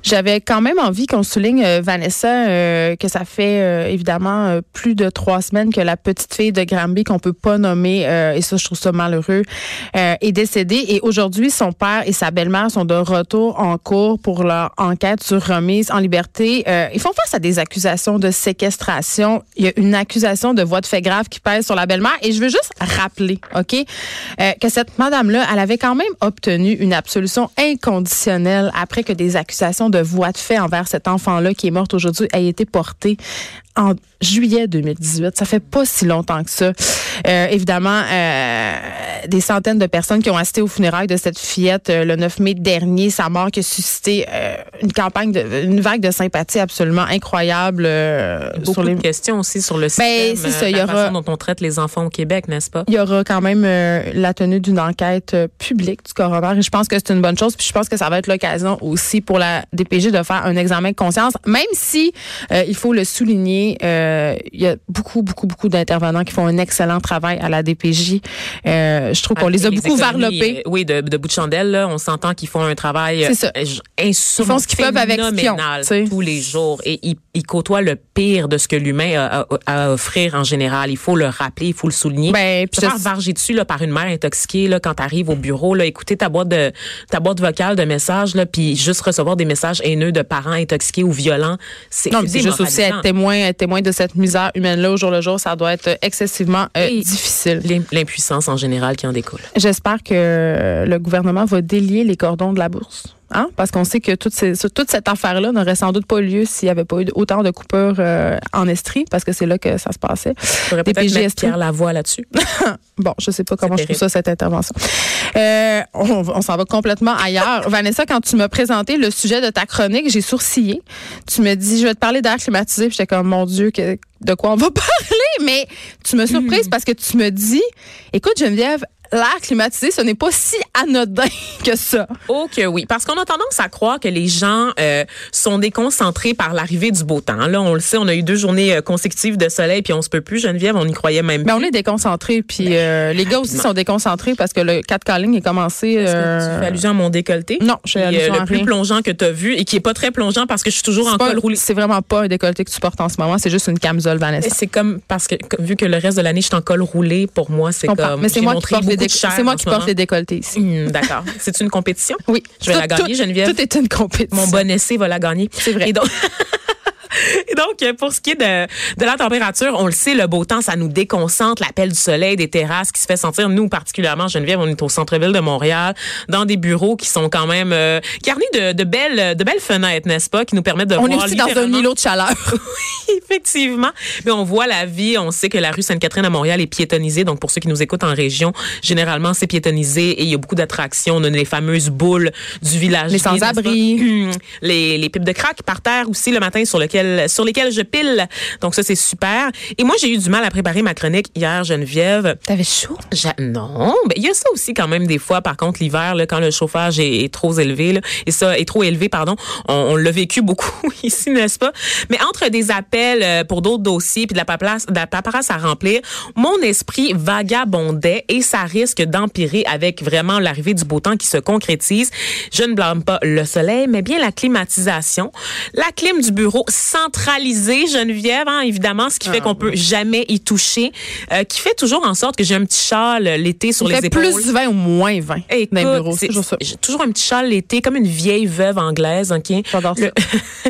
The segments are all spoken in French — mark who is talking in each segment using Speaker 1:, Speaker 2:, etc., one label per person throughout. Speaker 1: J'avais quand même envie qu'on souligne, euh, Vanessa, euh, que ça fait euh, évidemment euh, plus de trois semaines que la petite fille de Granby, qu'on peut pas nommer, euh, et ça, je trouve ça malheureux, euh, est décédée. Et aujourd'hui, son père et sa belle-mère sont de retour en cours pour leur enquête sur remise en liberté. Euh, ils font face à des accusations de séquestration. Il y a une accusation de voie de fait grave qui pèse sur la belle-mère. Et je veux juste rappeler, OK, euh, que cette madame-là, elle avait quand même obtenu une absolution inconditionnelle après que des accusations de voie de fait envers cet enfant-là qui est morte aujourd'hui aient été portées en juillet 2018. Ça fait pas si longtemps que ça. Euh, évidemment, euh, des centaines de personnes qui ont assisté aux funérailles de cette fillette euh, le 9 mai dernier, sa mort qui a suscité euh, une campagne, de, une vague de sympathie absolument incroyable euh,
Speaker 2: Beaucoup
Speaker 1: sur les
Speaker 2: de questions aussi sur le
Speaker 1: Ben,
Speaker 2: système,
Speaker 1: c'est ça,
Speaker 2: euh,
Speaker 1: il y
Speaker 2: la
Speaker 1: aura-
Speaker 2: façon dont on traite les enfants au Québec, n'est-ce pas?
Speaker 1: Il y aura quand même euh, la tenue d'une enquête euh, publique du coroner et je pense que c'est une bonne chose. Puis je pense que ça va être l'occasion aussi pour la DPJ de faire un examen de conscience, même si euh, il faut le souligner, euh, il y a beaucoup, beaucoup, beaucoup d'intervenants qui font un excellent travail à la DPJ. Euh, je trouve qu'on les a beaucoup
Speaker 2: Ah, économies,
Speaker 1: varlopés.
Speaker 2: euh, Oui, de, de bout de chandelle, là, on s'entend qu'ils font un travail
Speaker 1: C'est ça.
Speaker 2: euh, j- insurmontable,
Speaker 1: Ils font ce qu'ils peuvent avec ce qu'ils ont,
Speaker 2: phénoménal
Speaker 1: tu sais.
Speaker 2: tous les jours. Et ils, ils côtoient le pire de ce que l'humain a, a- a à offrir en général. Il faut le rappeler, il faut le souligner.
Speaker 1: Ben, puis
Speaker 2: se
Speaker 1: je-
Speaker 2: faire varger dessus là, par une mère intoxiquée là, quand t'arrives au bureau, là, écouter ta boîte de ta boîte vocale de messages, là, puis juste recevoir des messages haineux de parents intoxiqués ou violents, c'est
Speaker 1: Non, mais c'est juste aussi être
Speaker 2: démoralisant.
Speaker 1: témoin, être témoin de cette misère humaine-là au jour le jour, ça doit être excessivement euh,
Speaker 2: Oui.
Speaker 1: difficile.
Speaker 2: L'im- l'impuissance en général qui en découle.
Speaker 1: J'espère que euh, le gouvernement va délier les cordons de la bourse. Hein? Parce qu'on sait que toute, ces- ce- toute cette affaire-là n'aurait sans doute pas lieu s'il n'y avait pas eu autant de coupures euh, en Estrie, parce que c'est là que ça se passait.
Speaker 2: Faudrait
Speaker 1: Des hein?
Speaker 2: peut-être mettre
Speaker 1: PGST.
Speaker 2: Pierre Lavoie là-dessus.
Speaker 1: Bon, je sais pas comment je
Speaker 2: C'est
Speaker 1: trouve ça, cette intervention. Euh, on on s'en va complètement ailleurs. Vanessa, quand tu m'as présenté le sujet de ta chronique, j'ai sourcillé. Tu me dis, je vais te parler d'air climatisé. Puis J'étais comme, mon Dieu, que- de quoi on va parler? Mais tu me surprises parce que tu me dis, écoute, Geneviève, l'air climatisé, ce n'est pas si anodin que ça.
Speaker 2: Oh que oui, parce qu'on a tendance à croire que les gens euh, sont déconcentrés par l'arrivée du beau temps. Là, on le sait, on a eu deux journées euh, consécutives de soleil, puis on se peut plus, Geneviève, on n'y croyait même
Speaker 1: Mais
Speaker 2: pas.
Speaker 1: Ben, on est déconcentré, puis euh, les gars aussi
Speaker 2: rapidement.
Speaker 1: sont déconcentrés parce que le catcalling est commencé.
Speaker 2: Tu fais
Speaker 1: Euh,
Speaker 2: allusion à mon décolleté.
Speaker 1: non, je
Speaker 2: Qui
Speaker 1: fais
Speaker 2: est, euh,
Speaker 1: allusion à
Speaker 2: le plus
Speaker 1: rien.
Speaker 2: plongeant que tu as vu et qui est pas très plongeant parce que je suis toujours
Speaker 1: C'est
Speaker 2: en
Speaker 1: pas-
Speaker 2: col roulé.
Speaker 1: C'est vraiment pas un décolleté que tu portes en ce moment, c'est juste une camisole, Vanessa.
Speaker 2: Et C'est comme parce que comme- vu que le reste de l'année je suis en col roulé, pour moi c'est
Speaker 1: comprends.
Speaker 2: comme
Speaker 1: Mais c'est
Speaker 2: j'ai
Speaker 1: moi qui
Speaker 2: montré
Speaker 1: porte les
Speaker 2: beaucoup de
Speaker 1: décolletés.
Speaker 2: chair
Speaker 1: C'est moi
Speaker 2: en
Speaker 1: qui
Speaker 2: ce
Speaker 1: porte
Speaker 2: moment.
Speaker 1: les décolletés ici.
Speaker 2: Hum, D'accord. C'est une compétition.
Speaker 1: Oui.
Speaker 2: Je vais
Speaker 1: Tout-
Speaker 2: la gagner,
Speaker 1: tout-
Speaker 2: Geneviève.
Speaker 1: Tout est une compétition.
Speaker 2: Mon bon essai va la gagner.
Speaker 1: C'est vrai.
Speaker 2: Et donc, et donc, euh, pour ce qui est de, de la température, on le sait, le beau temps, ça nous déconcentre, l'appel du soleil, des terrasses qui se fait sentir. Nous, particulièrement, Geneviève, on est au centre-ville de Montréal, dans des bureaux qui sont quand même euh, garnis de, de belles, de belles fenêtres, n'est-ce pas, qui nous permettent de
Speaker 1: On est
Speaker 2: voir
Speaker 1: aussi dans un
Speaker 2: littéralement-
Speaker 1: îlot de chaleur.
Speaker 2: Effectivement. Mais on voit la vie. On sait que la rue Sainte-Catherine à Montréal est piétonnisée. Donc, pour ceux qui nous écoutent en région, généralement, c'est piétonnisé et il y a beaucoup d'attractions. On a les fameuses boules du village.
Speaker 1: Les sans-abri.
Speaker 2: n'est-ce pas? les, les pipes de crack par terre aussi le matin sur, lequel, sur lesquelles je pile. Donc, ça, c'est super. Et moi, j'ai eu du mal à préparer ma chronique hier, Geneviève.
Speaker 1: T'avais chaud?
Speaker 2: J'a- Non, ben, il y a ça aussi quand même des fois. Par contre, l'hiver, là, quand le chauffage est, est trop élevé, là, et ça est trop élevé, pardon, on, on l'a vécu beaucoup ici, n'est-ce pas Mais entre des appels euh, pour d'autres dossiers puis de la paperasse, de la paperasse à remplir, mon esprit vagabondait et ça risque d'empirer avec vraiment l'arrivée du beau temps qui se concrétise. Je ne blâme pas le soleil, mais bien la climatisation, la clim du bureau centralisée, Geneviève, hein, évidemment, ce qui
Speaker 1: Ah
Speaker 2: fait qu'on peut jamais y toucher, euh, qui fait toujours en sorte que j'ai un petit châle euh, l'été sur
Speaker 1: Il
Speaker 2: les
Speaker 1: fait
Speaker 2: épaules.
Speaker 1: plus 20 ou moins 20
Speaker 2: Écoute,
Speaker 1: dans les bureaux.
Speaker 2: c'est-
Speaker 1: C'est toujours ça.
Speaker 2: j'ai toujours un petit châle l'été, comme une vieille veuve anglaise, ok.
Speaker 1: J'adore ça.
Speaker 2: Le-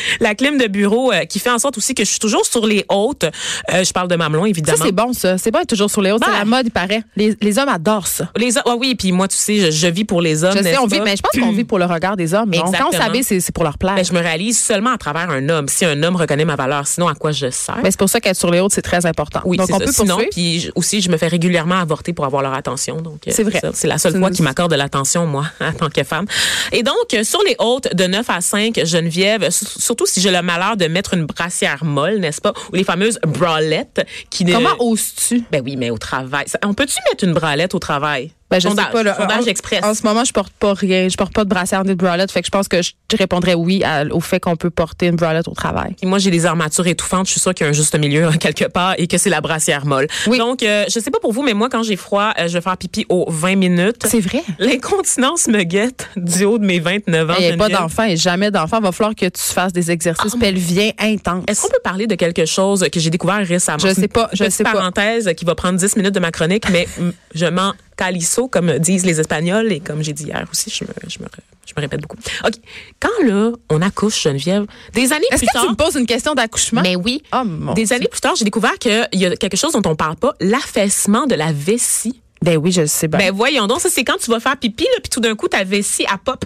Speaker 2: la clim de bureau euh, qui fait en sorte aussi que je suis toujours sur les hautes. Euh, je parle de mamelon
Speaker 1: Ça,
Speaker 2: évidemment.
Speaker 1: c'est bon, ça. C'est bon être toujours sur les hautes. C'est
Speaker 2: Ben.
Speaker 1: la mode, il paraît. Les, les hommes adorent ça.
Speaker 2: les hommes- ah oui, puis moi tu sais, je, je vis pour les hommes.
Speaker 1: Je sais,
Speaker 2: n'est-ce
Speaker 1: on vit,
Speaker 2: pas?
Speaker 1: mais je pense qu'on vit pour le regard des hommes. non? Quand on
Speaker 2: Exactement.
Speaker 1: s'habille, c'est c'est pour leur plaire.
Speaker 2: Ben, je me réalise seulement à travers un homme. Si un homme reconnaît ma valeur, sinon à quoi je sers
Speaker 1: Ben, c'est pour ça qu'être sur les hautes, c'est très important.
Speaker 2: Oui,
Speaker 1: Donc,
Speaker 2: c'est
Speaker 1: on
Speaker 2: ça.
Speaker 1: peut
Speaker 2: Sinon,
Speaker 1: poursuivre.
Speaker 2: puis je- aussi, je me fais régulièrement avorter pour avoir leur attention. Donc, euh,
Speaker 1: C'est vrai.
Speaker 2: ça. C'est la seule
Speaker 1: C'est
Speaker 2: fois
Speaker 1: une-
Speaker 2: qui m'accorde de l'attention, moi, en tant que femme. Et donc, euh, sur les hautes de 9 à 5, Geneviève, s- surtout si j'ai le malheur de mettre une brassière molle, n'est-ce pas, ou les fameuses bralettes qui ne- euh,
Speaker 1: Comment oses-tu?
Speaker 2: Ben oui, mais au travail. Ça- On peut-tu mettre une bralette au travail?
Speaker 1: Ben, je
Speaker 2: Sondage.
Speaker 1: sais pas, là,
Speaker 2: Sondage
Speaker 1: en,
Speaker 2: express.
Speaker 1: En ce moment, je porte pas rien. Je porte pas de brassière ni de bralette. Fait que je pense que je répondrais oui à- au fait qu'on peut porter une bralette au travail.
Speaker 2: Puis moi, j'ai des armatures étouffantes. Je suis sûre qu'il y a un juste milieu hein, quelque part et que c'est la brassière molle.
Speaker 1: Oui.
Speaker 2: Donc, euh, je sais pas pour vous, mais moi, quand j'ai froid, euh, je vais faire pipi aux 20 minutes.
Speaker 1: C'est vrai.
Speaker 2: L'incontinence me guette du haut de mes 29 ans.
Speaker 1: Il n'y a Eh, pas
Speaker 2: Geneviève.
Speaker 1: d'enfant et jamais d'enfant. Il va falloir que tu fasses des exercices pelviens intenses.
Speaker 2: Ah Est-ce qu'on peut parler de quelque chose que j'ai découvert récemment?
Speaker 1: Je sais pas, je
Speaker 2: Petite
Speaker 1: sais pas.
Speaker 2: parenthèse qui va prendre 10 minutes de ma chronique, mais mm, je m'en calisso, comme disent les Espagnols, et comme j'ai dit hier aussi, je me, je me, ré- je me répète beaucoup. OK. Quand là, on accouche, Geneviève, des années
Speaker 1: Est-ce
Speaker 2: plus
Speaker 1: que tu
Speaker 2: tard...
Speaker 1: me poses une question d'accouchement?
Speaker 2: Mais oui.
Speaker 1: Oh, mon
Speaker 2: des
Speaker 1: Dieu.
Speaker 2: années plus tard, j'ai découvert qu'il y a quelque chose dont on parle pas, l'affaissement de la vessie.
Speaker 1: Ben oui, je le sais bien.
Speaker 2: Ben voyons donc, ça c'est quand tu vas faire pipi, là, puis tout d'un coup, ta vessie, elle pop.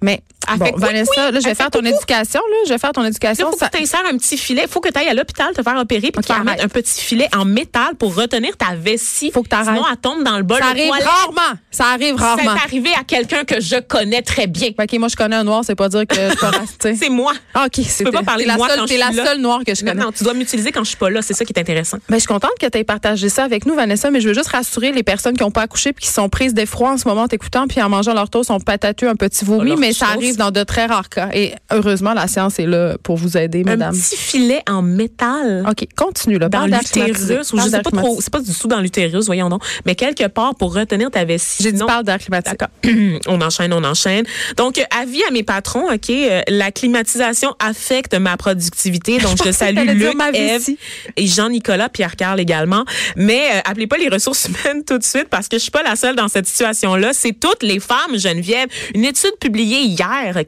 Speaker 1: mais
Speaker 2: elle
Speaker 1: bon,
Speaker 2: Ah, fait coucou,
Speaker 1: Vanessa, là, je vais
Speaker 2: elle
Speaker 1: faire
Speaker 2: fait
Speaker 1: ton
Speaker 2: coucou.
Speaker 1: éducation. Là, je vais faire ton
Speaker 2: Là,
Speaker 1: éducation.
Speaker 2: faut
Speaker 1: Ça-
Speaker 2: que tu insères un petit filet. faut que tu ailles à l'hôpital te faire opérer puis
Speaker 1: Ok,
Speaker 2: qu'ils te mettent
Speaker 1: arrête.
Speaker 2: un petit filet en métal pour retenir ta vessie.
Speaker 1: Faut que t'arrêtes.
Speaker 2: Sinon, elle tombe dans le bol
Speaker 1: ça
Speaker 2: de
Speaker 1: arrive
Speaker 2: toilette.
Speaker 1: rarement. Ça arrive
Speaker 2: C'est
Speaker 1: rarement. Ben,
Speaker 2: arrivé à quelqu'un que je connais très bien.
Speaker 1: OK, moi, je connais un noir, c'est pas dire que je peux raster.
Speaker 2: C'est moi.
Speaker 1: OK, c'est
Speaker 2: peux pas parler
Speaker 1: t'es la
Speaker 2: de moi
Speaker 1: seule-
Speaker 2: quand je
Speaker 1: T'es la
Speaker 2: suis là.
Speaker 1: seule noire que je
Speaker 2: Non,
Speaker 1: connais.
Speaker 2: non, tu dois m'utiliser quand je suis pas là. C'est ça qui est intéressant.
Speaker 1: Ben, je suis contente que tu aies partagé ça avec nous, Vanessa, mais je veux juste rassurer les personnes qui n'ont pas accouché puis qui sont prises d'effroi en ce moment en t'écoutant puis en mangeant leur toast, ont patateux un petit vomi,
Speaker 2: Leur
Speaker 1: mais ça
Speaker 2: toast.
Speaker 1: arrive dans de très rares cas. Et heureusement, la science est là pour vous aider,
Speaker 2: Un
Speaker 1: mesdames.
Speaker 2: petit filet en métal.
Speaker 1: OK, continue, là.
Speaker 2: Dans
Speaker 1: Parle d'air climatisé.
Speaker 2: l'utérus, ou je
Speaker 1: Parle
Speaker 2: sais
Speaker 1: d'air
Speaker 2: pas
Speaker 1: climatisé.
Speaker 2: trop, c'est pas du tout dans l'utérus, voyons donc, mais quelque part pour retenir ta vessie.
Speaker 1: J'ai dit
Speaker 2: Non,
Speaker 1: parle d'air climatique.
Speaker 2: on enchaîne, on enchaîne. Donc, euh, avis à mes patrons, OK, euh, la climatisation affecte ma productivité. Donc, je,
Speaker 1: pensais que
Speaker 2: salue
Speaker 1: t'allais dire
Speaker 2: Luc,
Speaker 1: ma
Speaker 2: Ève
Speaker 1: vessie.
Speaker 2: et Jean-Nicolas, Pierre-Carl également. Mais euh, appelez pas les ressources humaines tout de suite parce que je suis pas la seule dans cette situation-là. C'est toutes les femmes, Geneviève. Une étude publiée hier, OK,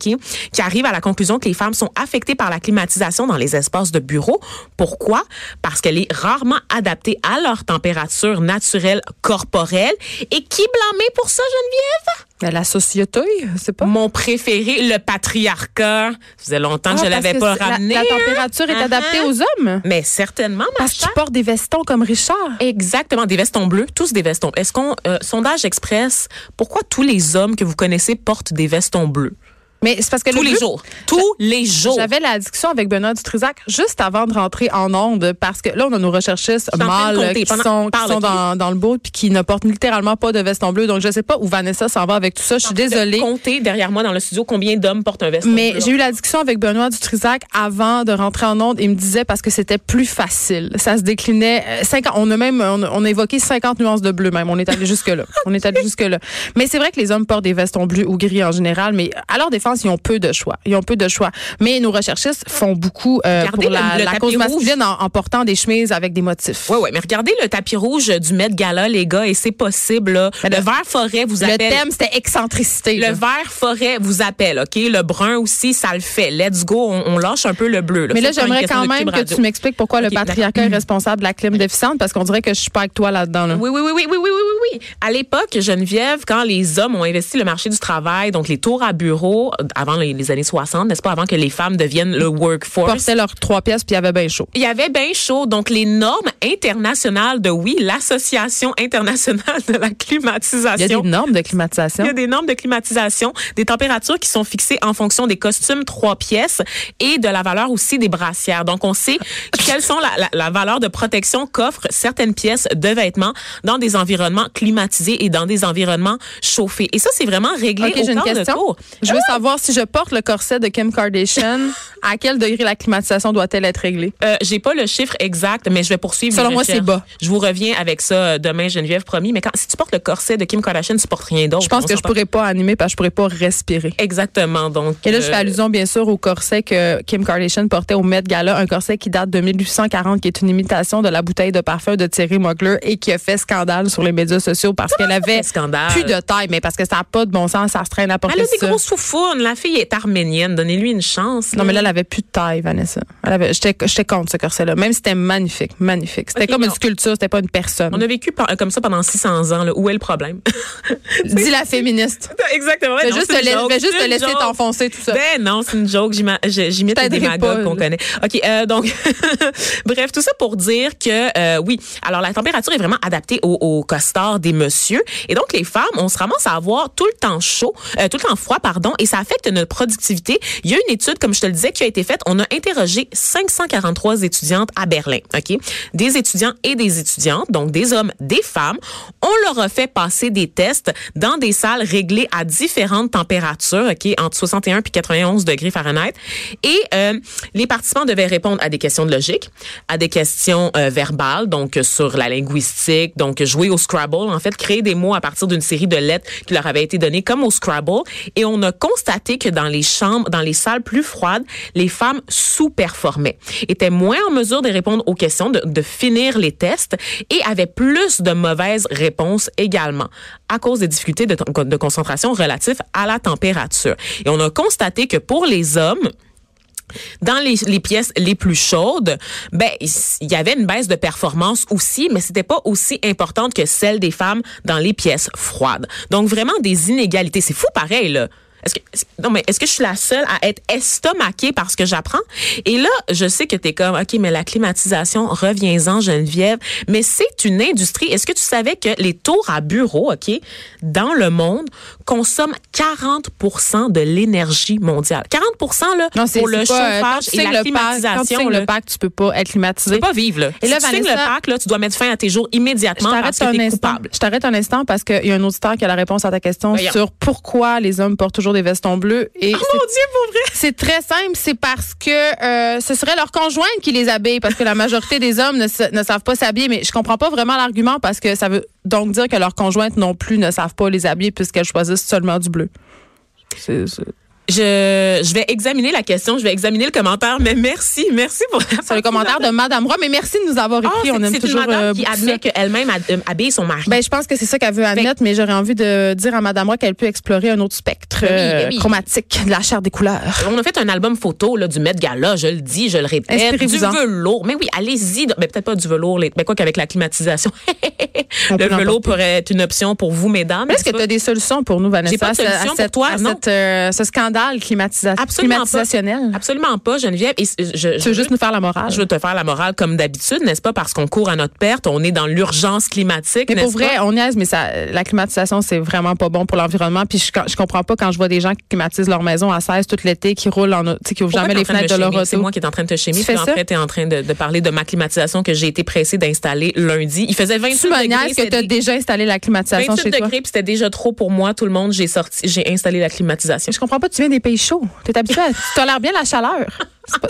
Speaker 2: qui arrive à la conclusion que les femmes sont affectées par la climatisation dans les espaces de bureau. Pourquoi? Parce qu'elle est rarement adaptée à leur température naturelle corporelle. Et qui blâmer pour ça, Geneviève?
Speaker 1: Mais Ben, la société, c'est pas.
Speaker 2: Mon préféré, le patriarcat. Ça faisait longtemps que je
Speaker 1: Ah, parce
Speaker 2: l'avais
Speaker 1: que
Speaker 2: pas
Speaker 1: c'est- la-
Speaker 2: ramené.
Speaker 1: La,
Speaker 2: hein?
Speaker 1: température est
Speaker 2: Uh-huh.
Speaker 1: adaptée aux hommes.
Speaker 2: Mais certainement, ma
Speaker 1: Parce qu'ils
Speaker 2: chère.
Speaker 1: portent des vestons comme Richard.
Speaker 2: Exactement, des vestons bleus, tous des vestons. Est-ce qu'on euh, sondage express, pourquoi tous les hommes que vous connaissez portent des vestons bleus
Speaker 1: Mais c'est parce que
Speaker 2: tous
Speaker 1: le
Speaker 2: les
Speaker 1: but-
Speaker 2: jours, tous les jours.
Speaker 1: J'avais la discussion avec Benoît Dutrisac juste avant de rentrer en onde parce que là, on a nos recherchistes
Speaker 2: suis en train de
Speaker 1: mâles
Speaker 2: compter.
Speaker 1: qui
Speaker 2: Pendant-
Speaker 1: sont, qui
Speaker 2: parle,
Speaker 1: sont
Speaker 2: ok.
Speaker 1: dans, dans le bout puis qui ne portent littéralement pas de veston bleu. Donc, je sais pas où Vanessa s'en va avec tout ça. Je suis désolée.
Speaker 2: Comptez derrière moi dans le studio combien d'hommes portent un veston
Speaker 1: Mais
Speaker 2: bleu.
Speaker 1: j'ai eu la discussion avec Benoît Dutrisac avant de rentrer en onde. Il me disait parce que c'était plus facile. Ça se déclinait. euh, 50, on a même on, a- on a évoqué 50 nuances de bleu même. On est allé jusque là. On est allé jusque là. Mais c'est vrai que les hommes portent des vestons bleus ou gris en général. Mais à leur défense, ils ont peu de choix. Ils ont peu de choix. Mais nos recherchistes font beaucoup euh,
Speaker 2: Regardez
Speaker 1: pour
Speaker 2: le-
Speaker 1: la,
Speaker 2: le
Speaker 1: la
Speaker 2: tapis
Speaker 1: cause
Speaker 2: rouge.
Speaker 1: masculine en, en portant des chemises avec des motifs.
Speaker 2: Ouais, ouais, mais regardez le tapis rouge du Met Gala, les gars, et c'est possible. là.
Speaker 1: Mais
Speaker 2: Le,
Speaker 1: le-
Speaker 2: vert forêt vous
Speaker 1: Le
Speaker 2: appelle.
Speaker 1: thème c'était excentricité. là.
Speaker 2: Le vert forêt vous appelle, OK? Le brun aussi, ça le fait. Let's go, on, on lâche un peu le bleu. là.
Speaker 1: Mais là,
Speaker 2: Ça, c'est une
Speaker 1: j'aimerais
Speaker 2: question
Speaker 1: quand
Speaker 2: de
Speaker 1: même
Speaker 2: Cube
Speaker 1: que
Speaker 2: Radio.
Speaker 1: tu m'expliques pourquoi
Speaker 2: Ok,
Speaker 1: le patriarcat est responsable de la clim déficiente parce qu'on dirait que je suis pas avec toi là-dedans. là.
Speaker 2: Oui, oui, oui, oui, oui, oui, oui, oui. À l'époque, Geneviève, quand les hommes ont investi le marché du travail, donc les tours à bureau, euh, avant les, les années 60, n'est-ce pas, avant que les femmes deviennent le workforce,
Speaker 1: portaient leurs trois pièces puis il y avait bien chaud.
Speaker 2: il y avait bien chaud. Donc, les normes internationales de oui, l'Association internationale de la
Speaker 1: Il y a
Speaker 2: climatisation.
Speaker 1: des normes de climatisation.
Speaker 2: Il y a des normes de climatisation, des températures qui sont fixées en fonction des costumes trois pièces et de la valeur aussi des brassières. Donc, on sait quelles sont la, la- la valeur de protection qu'offrent certaines pièces de vêtements dans des environnements climatisés et dans des environnements chauffés. Et ça, c'est vraiment réglé
Speaker 1: Ok,
Speaker 2: au
Speaker 1: j'ai une
Speaker 2: corps de
Speaker 1: question.
Speaker 2: tour.
Speaker 1: Je veux savoir si je porte le corset de Kim Kardashian, à quel degré la climatisation doit-elle être réglée?
Speaker 2: Euh, j'ai pas le chiffre exact, mais je vais poursuivre. mes
Speaker 1: Selon moi, c'est
Speaker 2: recherches.
Speaker 1: bas.
Speaker 2: Je vous reviens avec ça euh, demain, Geneviève, promis. Mais quand, si tu portes le corset de Kim Kardashian, tu portes rien d'autre.
Speaker 1: Je pense
Speaker 2: Oh, On
Speaker 1: que je
Speaker 2: s'entend.
Speaker 1: pourrais pas animer parce que je pourrais pas respirer.
Speaker 2: Exactement. Donc.
Speaker 1: Et là, je fais
Speaker 2: euh,
Speaker 1: allusion, bien sûr, au corset que Kim Kardashian portait au Met Gala, un corset qui date de 1840, qui est une imitation de la bouteille de parfum de Thierry Mugler et qui a fait scandale sur les médias sociaux parce qu'elle avait
Speaker 2: fait scandale?
Speaker 1: plus de taille, mais parce que ça n'a pas de bon sens, ça se traîne à porter
Speaker 2: Elle a des
Speaker 1: ça.
Speaker 2: grosses foufounes. La fille est arménienne. Donnez-lui une chance.
Speaker 1: Non, mais là, elle avait plus de taille, Vanessa. Elle avait, j'étais, j'étais contre ce corset-là. Même si c'était magnifique, magnifique. C'était
Speaker 2: Ok,
Speaker 1: comme une
Speaker 2: non.
Speaker 1: sculpture, c'était pas une personne.
Speaker 2: On a vécu par- comme ça pendant 600 ans. là. Où est le problème?
Speaker 1: Dis la féministe.
Speaker 2: Exactement.
Speaker 1: Je vais
Speaker 2: Ouais, non,
Speaker 1: juste,
Speaker 2: c'est
Speaker 1: te la-
Speaker 2: une
Speaker 1: je
Speaker 2: joke,
Speaker 1: vais juste
Speaker 2: c'est
Speaker 1: te
Speaker 2: une
Speaker 1: laisser
Speaker 2: joke.
Speaker 1: t'enfoncer tout ça.
Speaker 2: Ben non, c'est une joke. J'ima- je- J'imite les
Speaker 1: t'aiderai
Speaker 2: démagogues
Speaker 1: pas,
Speaker 2: qu'on
Speaker 1: là.
Speaker 2: connaît. OK, euh, donc, bref, tout ça pour dire que, euh, oui, alors la température est vraiment adaptée au, au costard, corps des messieurs. Et donc, les femmes, on se ramasse à avoir tout le temps chaud, euh, tout le temps froid, pardon, et ça affecte notre productivité. Il y a une étude, comme je te le disais, qui a été faite. On a interrogé 543 étudiantes à Berlin, OK? Des étudiants et des étudiantes, donc des hommes, des femmes. On leur a fait passer des tests dans des salles réglées à différentes températures, OK? Entre 61 puis 91 degrés Fahrenheit. Et euh, les participants devaient répondre à des questions de logique, à des questions euh, verbales, donc sur la linguistique, donc jouer au Scrabble, en fait, créer des mots à partir d'une série de lettres qui leur avaient été données comme au Scrabble. Et on a constaté que dans les chambres, dans les salles plus froides, les femmes sous-performaient, étaient moins en mesure de répondre aux questions, de, de finir les tests et avaient plus de mauvaises réponses également à cause des difficultés de, de concentration relatives à la température. Et on a constaté que pour les hommes, dans les, les, pièces les plus chaudes, ben il y avait une baisse de performance aussi, mais c'était pas aussi importante que celle des femmes dans les pièces froides. Donc vraiment des inégalités, c'est fou pareil là. Est-ce que non mais est-ce que je suis la seule à être estomaquée parce que j'apprends Et là, je sais que tu es comme OK, mais la climatisation, reviens-en Geneviève, mais c'est une industrie. Est-ce que tu savais que les tours à bureau, OK, dans le monde consomment 40 de l'énergie mondiale. 40 là
Speaker 1: Non, c'est
Speaker 2: pour le
Speaker 1: c'est pas, euh, quand
Speaker 2: chauffage
Speaker 1: tu
Speaker 2: et
Speaker 1: signes
Speaker 2: la
Speaker 1: le pack, quand tu
Speaker 2: climatisation
Speaker 1: signes
Speaker 2: là.
Speaker 1: le pack, tu peux pas être
Speaker 2: Tu
Speaker 1: climatisé.
Speaker 2: peux pas vivre là.
Speaker 1: Et là,
Speaker 2: si tu signes
Speaker 1: Vanessa-
Speaker 2: le pack là, tu dois mettre fin à tes jours
Speaker 1: Je
Speaker 2: immédiatement
Speaker 1: t'arrête
Speaker 2: parce que
Speaker 1: un
Speaker 2: t'es
Speaker 1: instant.
Speaker 2: coupable.
Speaker 1: Je t'arrête un instant parce qu'il y a un auditeur qui a la réponse à ta question
Speaker 2: Voyons.
Speaker 1: sur pourquoi les hommes portent toujours des vestons bleus. Et
Speaker 2: Oh
Speaker 1: c'est-
Speaker 2: mon dieu, pour vrai.
Speaker 1: c'est très simple, c'est parce que euh, ce serait leur conjointe qui les habille, parce que la majorité des hommes ne, sa- ne savent pas s'habiller. Mais je comprends pas vraiment l'argument parce que ça veut donc dire que leurs conjointes non plus ne savent pas les habiller puisqu'elles choisissent seulement du bleu. C'est- c'est-
Speaker 2: Je, je vais examiner la question, je vais examiner le commentaire, mais merci, merci pour la
Speaker 1: C'est le commentaire de Madame Roy, mais merci de nous avoir
Speaker 2: Ah,
Speaker 1: écrit.
Speaker 2: c'est-
Speaker 1: Ah, On aime
Speaker 2: c'est
Speaker 1: toujours.
Speaker 2: une madame
Speaker 1: euh,
Speaker 2: qui
Speaker 1: beaucoup ça.
Speaker 2: admet qu'elle-même ad- euh, habille son mari.
Speaker 1: Ben, je pense que c'est ça qu'elle veut admettre, mais j'aurais envie de dire à Madame Roy qu'elle peut explorer un autre spectre
Speaker 2: Ben oui, ben
Speaker 1: euh,
Speaker 2: oui.
Speaker 1: chromatique de la chair des couleurs.
Speaker 2: on a fait un album photo là, du Met Gala, je le dis, je le répète, du
Speaker 1: Inspirez-vous-en.
Speaker 2: velours. Mais oui, allez-y. Mais peut-être pas du velours, les... mais quoi qu'avec la climatisation,
Speaker 1: On peut
Speaker 2: le velours
Speaker 1: l'emporter.
Speaker 2: pourrait être une option pour vous, mesdames.
Speaker 1: Mais Est-ce que tu as des solutions pour nous, Vanessa,
Speaker 2: J'ai pas de
Speaker 1: à ce-
Speaker 2: solution
Speaker 1: à, cette-
Speaker 2: pour toi,
Speaker 1: à
Speaker 2: non.
Speaker 1: cette, euh, ce scandale climatisa-
Speaker 2: Absolument pas.
Speaker 1: climatisationnel?
Speaker 2: Absolument pas, Geneviève. Et c- je,
Speaker 1: Tu
Speaker 2: je
Speaker 1: veux juste nous faire la morale.
Speaker 2: Je veux te faire la morale comme d'habitude, n'est-ce pas? Parce qu'on court à notre perte, on est dans l'urgence climatique,
Speaker 1: Mais
Speaker 2: n'est-ce
Speaker 1: pour vrai,
Speaker 2: pas?
Speaker 1: on niaise, mais ça, la climatisation, c'est vraiment pas bon pour l'environnement. Puis je, je comprends pas quand je vois des gens qui climatisent leur maison à 16 tout l'été, qui roulent en, tu sais, qui ouvrent
Speaker 2: Pourquoi
Speaker 1: jamais
Speaker 2: t'es en
Speaker 1: les
Speaker 2: train me
Speaker 1: fenêtres de leur
Speaker 2: chémer? C'est
Speaker 1: auto.
Speaker 2: moi qui est en train de te chémer.
Speaker 1: Tu
Speaker 2: puis
Speaker 1: fais
Speaker 2: en
Speaker 1: ça?
Speaker 2: fait, t'es en train de, de parler de ma climatisation que j'ai été pressée d'installer lundi. Il faisait 28
Speaker 1: Tu me
Speaker 2: degrés.
Speaker 1: niaises que tu as
Speaker 2: c'était-
Speaker 1: déjà installé la climatisation
Speaker 2: 28
Speaker 1: chez toi.
Speaker 2: degrés, puis c'était déjà trop pour moi. Tout le monde, j'ai sorti, j'ai installé la climatisation.
Speaker 1: Je comprends pas, tu viens des pays chauds. Tu es habitué, à- tu tolères bien la chaleur. C'est pas-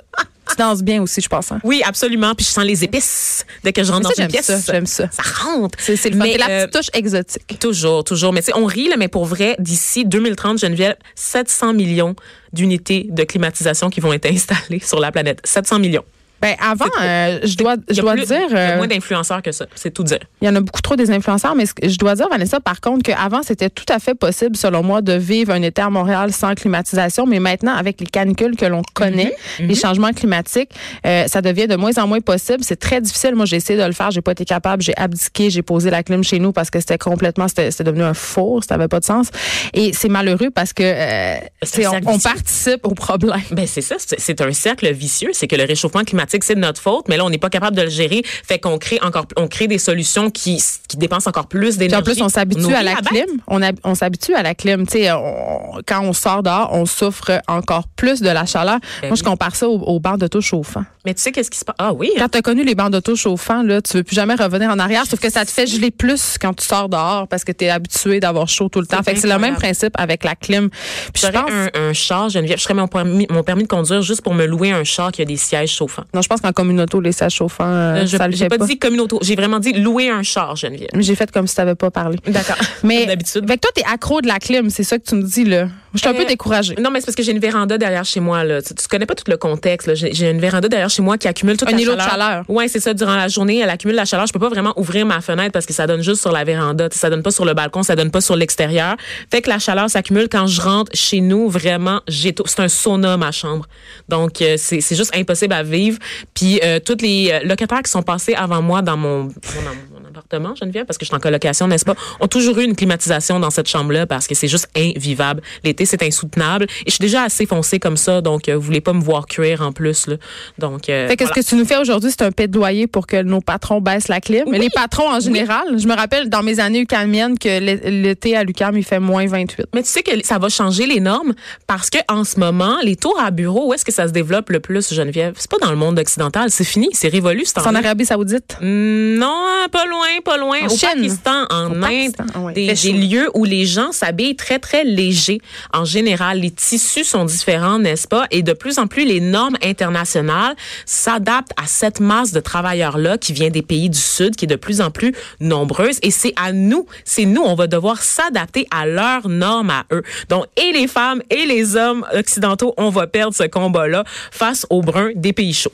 Speaker 1: tu danses bien aussi, je pense. hein.
Speaker 2: Oui, absolument. Puis je sens les épices dès que je rentre
Speaker 1: Mais
Speaker 2: dans
Speaker 1: ça,
Speaker 2: une
Speaker 1: j'aime
Speaker 2: pièce.
Speaker 1: ça, j'aime ça.
Speaker 2: Ça rentre.
Speaker 1: C'est c'est le fun.
Speaker 2: Mais,
Speaker 1: C'est la
Speaker 2: euh,
Speaker 1: petite touche exotique.
Speaker 2: Toujours, toujours. Mais tu sais, on rit, là, mais pour vrai, d'ici 2030, Geneviève, 700 millions d'unités de climatisation qui vont être installées sur la planète. 700 millions.
Speaker 1: Ben avant, euh, je dois,
Speaker 2: Il y
Speaker 1: je
Speaker 2: a
Speaker 1: dois
Speaker 2: plus-
Speaker 1: dire,
Speaker 2: il y a
Speaker 1: euh,
Speaker 2: moins d'influenceurs que ça. C'est tout dire.
Speaker 1: il y en a beaucoup trop des influenceurs, mais ce que je dois dire, Vanessa, par contre, qu'avant, c'était tout à fait possible, selon moi, de vivre un été à Montréal sans climatisation, mais maintenant, avec les canicules que l'on connaît,
Speaker 2: Mhm.
Speaker 1: les changements climatiques, euh, ça devient de moins en moins possible. C'est très difficile. Moi, j'ai essayé de le faire, j'ai pas été capable, j'ai abdiqué, j'ai posé la clim chez nous parce que c'était complètement, c'était c'était devenu un four, ça avait pas de sens. Et c'est malheureux parce que euh, tu
Speaker 2: C'est
Speaker 1: sais,
Speaker 2: un
Speaker 1: on,
Speaker 2: cercle
Speaker 1: on
Speaker 2: vicieux.
Speaker 1: participe au problème.
Speaker 2: Ben c'est ça, c'est c'est un cercle vicieux. C'est que le réchauffement climatique, c'est de notre faute, mais là, on n'est pas capable de le gérer. Fait qu'on crée encore, on crée des solutions qui, qui dépensent encore plus
Speaker 1: Puis en
Speaker 2: d'énergie.
Speaker 1: plus, on s'habitue
Speaker 2: nourrit
Speaker 1: à la
Speaker 2: bête.
Speaker 1: clim. On, hab- on s'habitue à la clim. Tu sais, euh, on- quand on sort dehors, on souffre encore plus de la chaleur.
Speaker 2: Ben
Speaker 1: Moi, je
Speaker 2: oui.
Speaker 1: compare ça aux, aux bancs d'auto chauffants.
Speaker 2: Mais tu sais, qu'est-ce qui se passe? Ah oui,
Speaker 1: Quand tu as connu les bancs d'auto chauffants, là, tu veux plus jamais revenir en arrière, sauf que ça te fait geler plus quand tu sors dehors parce que tu es habitué d'avoir chaud tout le temps. Fait que c'est le même
Speaker 2: incroyable. principe
Speaker 1: principe avec la clim. Puis je
Speaker 2: J'aurais
Speaker 1: pense,
Speaker 2: un, un char, Geneviève. Je ferais mon permis, mon permis de conduire juste pour me louer un char qui a des sièges chauffants.
Speaker 1: non, je pense qu'en communauté, les sièges chauffants, euh,
Speaker 2: Euh, je-
Speaker 1: ça le
Speaker 2: j'ai
Speaker 1: fait
Speaker 2: pas,
Speaker 1: pas.
Speaker 2: dit communauté. J'ai vraiment dit louer un char, Geneviève.
Speaker 1: J'ai fait comme si tu pas parlé.
Speaker 2: D'accord.
Speaker 1: Mais
Speaker 2: Comme d'habitude.
Speaker 1: Fait que toi, tu es accro de la clim, c'est ça que tu me dis, là. Je suis un
Speaker 2: Euh,
Speaker 1: peu découragée.
Speaker 2: Non, mais c'est parce que j'ai une véranda derrière chez moi. Là. Tu, tu connais pas tout le contexte. là. J'ai j'ai une véranda derrière chez moi qui accumule toute
Speaker 1: Un
Speaker 2: la
Speaker 1: îlot
Speaker 2: chaleur.
Speaker 1: de chaleur.
Speaker 2: Oui, c'est ça. Durant la journée, elle accumule la chaleur. Je peux pas vraiment ouvrir ma fenêtre parce que ça donne juste sur la véranda. Tu sais, Ça donne pas sur le balcon, ça donne pas sur l'extérieur. Fait que la chaleur s'accumule quand je rentre chez nous. Vraiment, j'ai tout. C'est un sauna ma chambre. Donc euh, c'est c'est juste impossible à vivre. Puis euh, tous les euh, locataires qui sont passés avant moi dans mon, mon- dans mon- appartement, Geneviève, parce que je suis en colocation, n'est-ce pas, ont toujours eu une climatisation dans cette chambre-là parce que c'est juste invivable. L'été, c'est insoutenable. Et je suis déjà assez foncée comme ça, donc euh, vous voulez pas me voir cuire en plus. Là. Donc, euh,
Speaker 1: Fait que
Speaker 2: voilà.
Speaker 1: ce que tu nous fais aujourd'hui, c'est un plaidoyer pour que nos patrons baissent la clim. Mais
Speaker 2: Oui.
Speaker 1: les patrons en général, je me rappelle dans mes années ucamiennes que l'é- l'été à l'UCAM, il fait moins 28.
Speaker 2: Mais tu sais que ça va changer les normes parce que en ce moment, les tours à bureau, où est-ce que ça se développe le plus, Geneviève? C'est pas dans le monde occidental. C'est fini. C'est révolu, c'est
Speaker 1: C'est en Arabie Saoudite.
Speaker 2: Mm. Non, hein, pas loin, pas loin.
Speaker 1: En
Speaker 2: au
Speaker 1: Chine.
Speaker 2: Pakistan, en
Speaker 1: Au
Speaker 2: Inde,
Speaker 1: Pakistan, ah ouais.
Speaker 2: des,
Speaker 1: Fait chaud.
Speaker 2: des lieux où les gens s'habillent très, très léger. En général, les tissus sont différents, n'est-ce pas? Et de plus en plus, les normes internationales s'adaptent à cette masse de travailleurs-là qui vient des pays du Sud, qui est de plus en plus nombreuse. Et c'est à nous, c'est nous, on va devoir s'adapter à leurs normes à eux. Donc, et les femmes et les hommes occidentaux, on va perdre ce combat-là face aux bruns des pays chauds.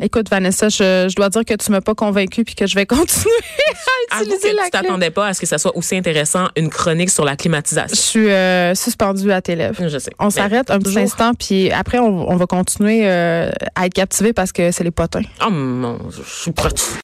Speaker 1: Écoute, Vanessa, je, je dois dire que tu m'as pas convaincue puis que je vais continuer à
Speaker 2: Avoue
Speaker 1: utiliser
Speaker 2: que
Speaker 1: la
Speaker 2: tu
Speaker 1: clim.
Speaker 2: t'attendais pas à ce que ça soit aussi intéressant une chronique sur la
Speaker 1: Je
Speaker 2: climatisation.
Speaker 1: suis euh, suspendue à tes lèvres.
Speaker 2: Je sais.
Speaker 1: On
Speaker 2: Mais
Speaker 1: s'arrête un petit
Speaker 2: Mm. Ben, toujours.
Speaker 1: instant, puis après, on, on va continuer euh, à être captivés parce que c'est les potins.
Speaker 2: Oh mon, Dieu, je suis prête.